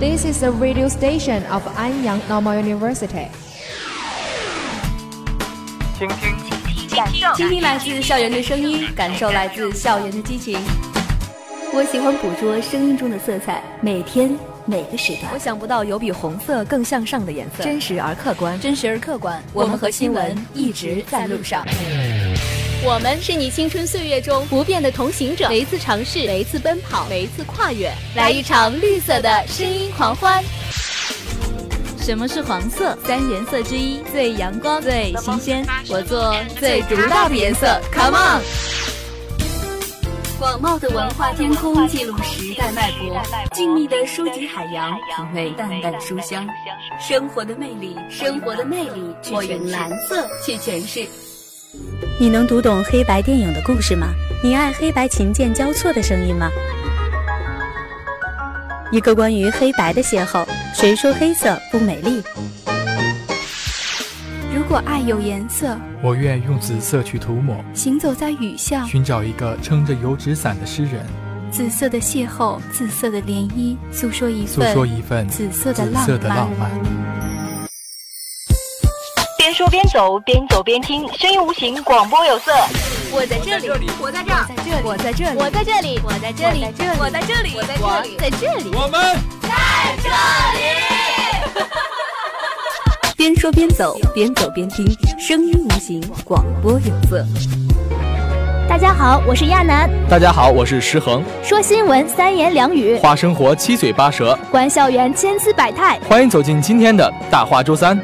This is the radio station of Anyang Normal University. 倾听感受倾听来自校园的声音，感受来自校园的激情。我喜欢捕捉声音中的色彩，每天每个时段我。想不到有比红色更向上的颜色。真实而客观，真实而客观，我们和新闻一直在路上。我们是你青春岁月中不变的同行者，每一次尝试，每一次奔跑，每一次跨越，来一场绿色的声音狂欢。什么是黄色？三原色之一，最阳光、最新鲜。我做最独到的颜色，Come on！广袤的文化天空记录时代脉搏，静谧的书籍海洋品味淡淡书香。生活的魅力，生活的魅力，我用蓝色去诠释。你能读懂黑白电影的故事吗？你爱黑白琴键交错的声音吗？一个关于黑白的邂逅，谁说黑色不美丽？如果爱有颜色，我愿用紫色去涂抹，啊行走在雨巷，寻找一个撑着油纸伞的诗人，紫色的邂逅，紫色的涟漪，诉说一诉份说一份紫色的紫色的浪浪漫。边说边走，边走边听，声音无形，广播有色。我在这里，我在这儿，我在这里，我在这里，我在这里，我在这里，我在这里，我在这里。我们。边说边走，边走边听，声音无形，广播有色。大家好，我是亚楠，大家好，我是石恒，说新闻三言两语，话生活七嘴八舌，观校园千姿百态。欢迎走进今天的大话周三。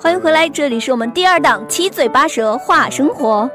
欢迎回来，这里是我们第二档七嘴八舌话生活。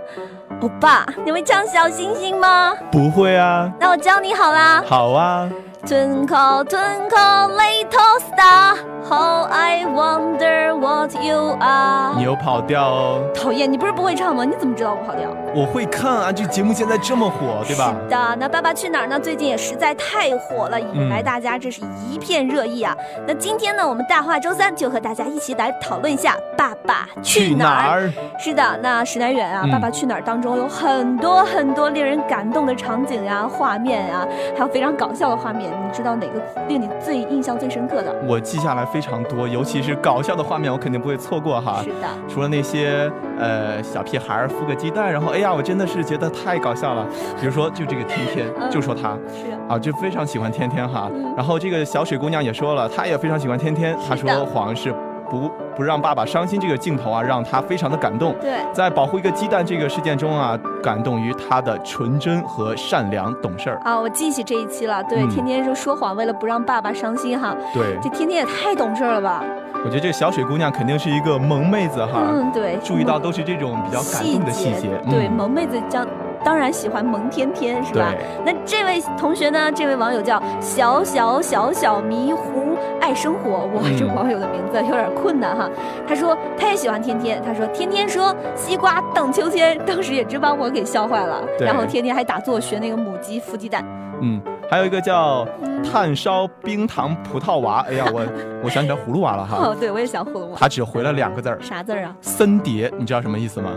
欧巴，你会唱小星星吗？不会啊，那我教你好啦。好啊， Twinkle twinkle little star, how I wonder what you are。有跑调哦。讨厌，你不是不会唱吗？你怎么知道我跑调？我会看啊，这节目现在这么火，对吧？是的，那《爸爸去哪儿》呢？最近也实在太火了，引来大家这是一片热议啊。那今天呢，我们大话周三就和大家一起来讨论一下《爸爸去哪儿》。儿？是的，那石乃远啊，嗯爸爸去哪儿》当中有很多很多令人感动的场景呀、画面啊，还有非常搞笑的画面。你知道哪个令你最印象最深刻的？我记下来非常多，尤其是搞笑的画面，我肯定不会错过哈是。的，除了那些呃小屁孩儿孵个鸡蛋，然后哎呀，我真的是觉得太搞笑了。比如说就这个天天，嗯就说他是。啊，就非常喜欢天天哈嗯。然后这个小水姑娘也说了，她也非常喜欢天天。她是说的谎是不不让爸爸伤心这个镜头啊，让她非常的感动。对，在保护一个鸡蛋这个事件中啊，感动于她的纯真和善良懂事儿。啊，我记起这一期了。对，嗯天天就说谎，为了不让爸爸伤心哈。对，这天天也太懂事儿了吧？我觉得这个小水姑娘肯定是一个萌妹子哈，嗯，对，注意到都是这种比较感动的细节。对，嗯萌妹子将当然喜欢萌天天是吧？对。那这位同学呢？这位网友叫小小小小迷糊爱生活，哇，嗯这网友的名字有点困难哈。他说他也喜欢天天，他说天天说西瓜荡秋千，当时也真把我给笑坏了。对然后天天还打坐学那个母鸡孵鸡蛋，嗯，还有一个叫嗯炭烧冰糖葡萄娃，哎呀，我我想起来葫芦娃了哈哦，。对我也想糊弄我。他只回了两个字儿啥字儿啊？“森碟”，你知道什么意思吗？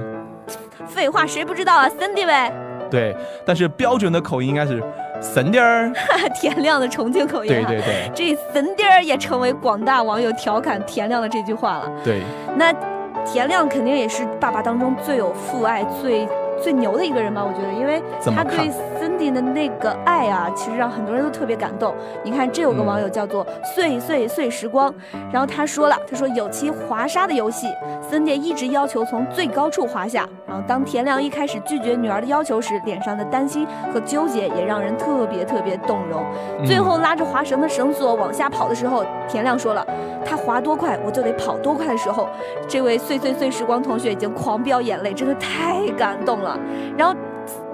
废话，谁不知道啊？森迪呗， 对，但是标准的口音应该是“森碟儿田亮的重庆”。口音、对啊。对对这森迪儿也成为广大网友调侃田亮的这句话了。对，那田亮肯定也是爸爸当中最有父爱、最最牛的一个人吧？我觉得，因为怎么他看对 Cindy 的那个爱啊，其实让很多人都特别感动。你看，这有个嗯网友叫做“岁岁岁时光”，然后他说了，他说有期滑沙的游戏，Cindy 一直要求从最高处滑下。然后当田亮一开始拒绝女儿的要求时，脸上的担心和纠结也让人特别特别动容。嗯最后拉着滑绳的绳索往下跑的时候，田亮说了：“他滑多快，我就得跑多快。”的时候，这位碎碎碎时光同学已经狂飙眼泪，真的太感动了。然后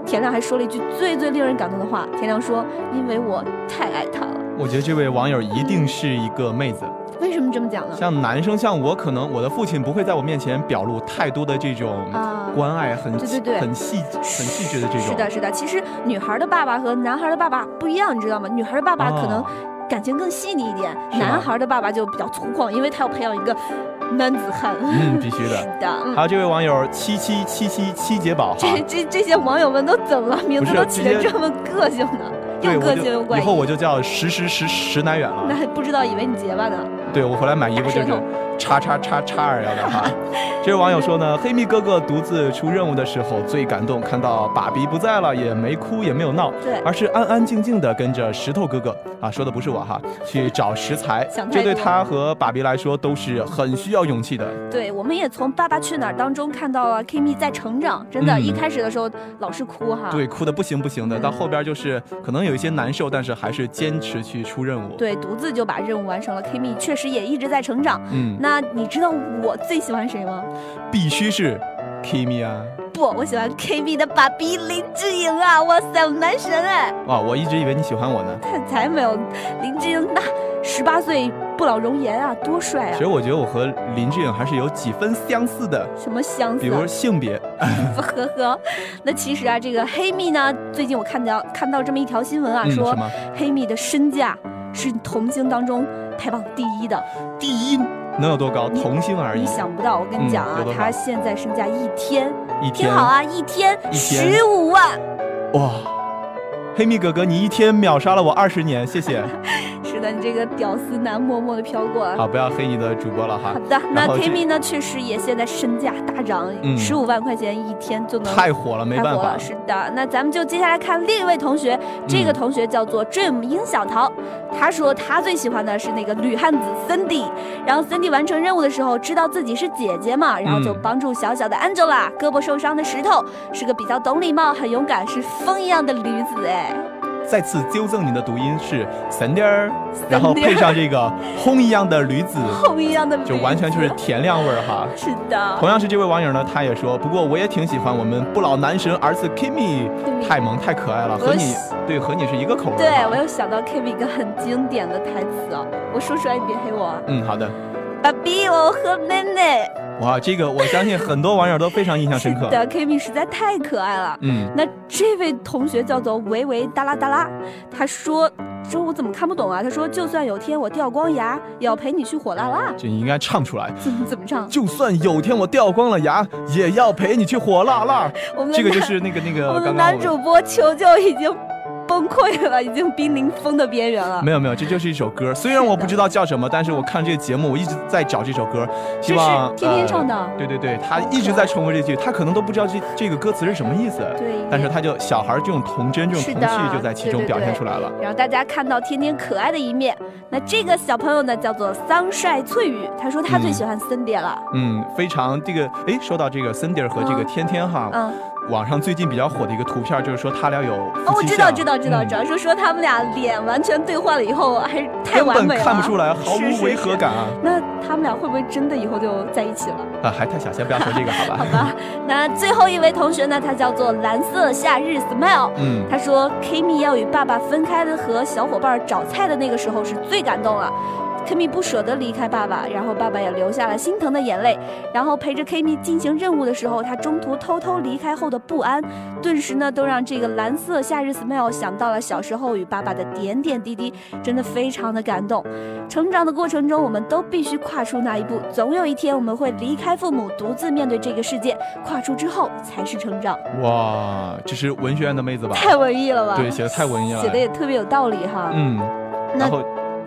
田亮还说了一句最最令人感动的话，田亮说：“因为我太爱他了。我觉得这位网友一定是一个妹子。”为什么这么讲呢？像男生，像我，可能我的父亲不会在我面前表露太多的这种啊关爱，很对对对很细很细致的这种。是的，是的。其实女孩的爸爸和男孩的爸爸不一样，你知道吗？女孩的爸爸可能哦感情更细腻一点。是吧男孩的爸爸就比较粗犷，因为他要培养一个男子汉。嗯，必须的。 是的，嗯还有这位网友七七七七七姐宝哈，这这这些网友们都怎么了？名字不是都起的直接这么个性呢？对又我个就性又怪以后异，我就叫石石石石南远那了。还不知道以为你结巴呢。对我回来买衣服大就舌是头叉叉叉叉二幺 幺哈。这位网友说呢，黑蜜哥哥独自出任务的时候最感动，看到爸比不在了也没哭也没有闹，对，而是安安静静的跟着石头哥哥啊，说的不是我哈，去找食材想，太这对多他和爸比来说都是很需要勇气的。对，我们也从《爸爸去哪儿》当中看到了 Kimi 在成长，真的，嗯一开始的时候老是哭哈。对，哭的不行不行的，到后边就是可能有一些难受，但是还是坚持去出任务。，对，独自就把任务完成了。Kimi 确实也一直在成长。嗯，那你知道我最喜欢谁吗？必须是 Kimi 啊！不，我喜欢 Kimi 的爸比林志颖啊！哇塞，男神哎！哇，我一直以为你喜欢我呢。他才没有林志颖那十八岁不老容颜啊，多帅啊其！实我觉得我和林志颖还是有几分相似的，什么相似？啊比如性别，呵呵，那其实啊，这个黑蜜呢，最近我看到看到这么一条新闻啊，嗯，说什么黑蜜的身价是童星当中排榜第一的，第一能有多高？童星而已你，想不到，我跟你讲啊哎嗯有，多少他现在身价一天，一听天好啊，一天一天十五万。哇！黑蜜哥哥，你一天秒杀了我二十年，谢谢。是的，你这个屌丝男默默的飘过啊。好，不要黑你的主播了哈好，的，那啊后这 Kimi 呢，确实也现在身价大涨，嗯十五万块钱一天就能太火了，没太办火法了，。是的，那咱们就接下来看另一位同学，这个嗯同学叫做 Dream 殷小桃，他说他最喜欢的是那个女汉子 Cindy，然后 Cindy 完成任务的时候知道自己是姐姐嘛，然后就嗯帮助小小的 Angela，胳膊受伤的石头是个比较懂礼貌、很勇敢、是风一样的驴子哎，再次纠正你的读音是三点儿，然后配上这个轰一样的驴 子，风一样的驴子就完全就是甜亮味儿哈。是的，同样是这位网友呢，他也说，不过我也挺喜欢我们不老男神儿子 Kimi，太萌太可爱了，和你对和你是一个口味儿对哈。我又想到 Kimi 一个很经典的台词哦，我说出来你别黑我啊，嗯，好的，爸比我和妹妹，哇，这个我相信很多网友都非常印象是深刻。的，Kimi 实在太可爱了。嗯，那这位同学叫做维维达拉达拉，他说：“这我怎么看不懂啊？”他说：“就算有天我掉光牙，也要陪你去火辣辣。 这你应该唱出来。”怎么怎么唱？就算有天我掉光了牙，也要陪你去火辣辣。我们的这个男就是那个那个我们的刚刚男我主播求救已经崩溃了，已经濒临疯的边缘了。没有没有，这就是一首歌。虽然我不知道叫什么，但是我看这个节目，我一直在找这首歌，这希是望天天唱呃的。对对对，他一直在重复这句，他可能都不知道这这个歌词是什么意思，对，但是他就小孩这种童真、这种是童的趣就在其中对对表现对出来了。然后大家看到天天可爱的一面。那这个小朋友呢，叫做桑帅翠宇，他说他最嗯喜欢森爹了。嗯，非常这个哎，说到这个森迪尔和这个嗯天天哈，嗯，网上最近比较火的一个图片就是说他俩有哦，夫我妻知道，相知道，知道，嗯主要是说他们俩脸完全对换了以后，还是太根完本美了，看不出来，毫是是无违和是感啊！那他们俩会不会真的以后就在一起了？啊，还太小，先不要说这个，好吧？ 好吧，那最后一位同学呢，他叫做蓝色夏日 Smile。嗯，他说，Kimi 要与爸爸分开的和小伙伴找菜的那个时候是最感动了。Kimi 不舍得离开爸爸，然后爸爸也流下了心疼的眼泪。然后陪着 Kimi 进行任务的时候，他中途偷偷离开后的不安，顿时呢都让这个蓝色夏日 Smile 想到了小时候与爸爸的点点滴滴，真的非常的感动。成长的过程中，我们都必须跨出那一步，总有一天我们会离开父母，独自面对这个世界。跨出之后才是成长，哇，这是文学院的妹子吧？太文艺了吧？对，写的太文艺了。写的也特别有道理哈。嗯，那嗯然后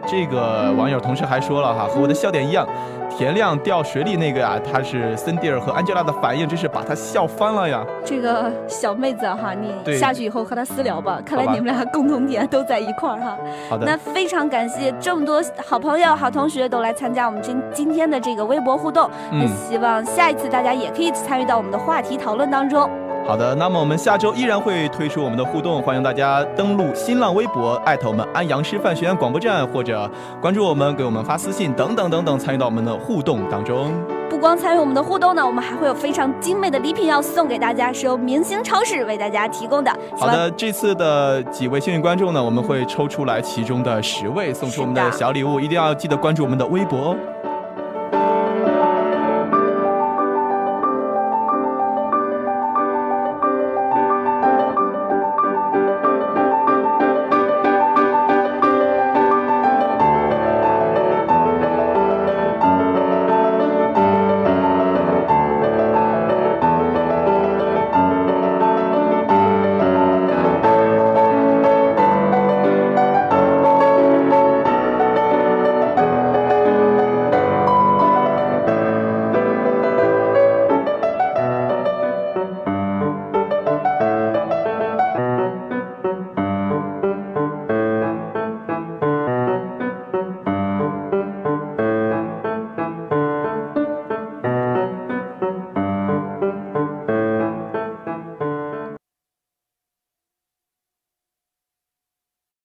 这个网友同事还说了哈，和我的笑点一样，田亮掉水里那个啊，他是森迪尔和安吉拉的反应，真是把他笑翻了呀。这个小妹子哈，你对下去以后和她私聊吧。看来好吧你们俩共同点都在一块儿哈。好那的，非常感谢这么多好朋友、好同学都来参加我们今今天的这个微博互动。那嗯，希望下一次大家也可以参与到我们的话题讨论当中。好的。那么我们下周依然会推出我们的互动，欢迎大家登录新浪微博，艾特我们安阳师范学院广播站，或者关注我们，给我们发私信等等等等，参与到我们的互动当中。不光参与我们的互动呢，我们还会有非常精美的礼品要送给大家，是由明星超市为大家提供的。希好望的，这次的几位幸运观众呢，我们会抽出来其中的十位，送出我们的是的小礼物，一定要记得关注我们的微博哦。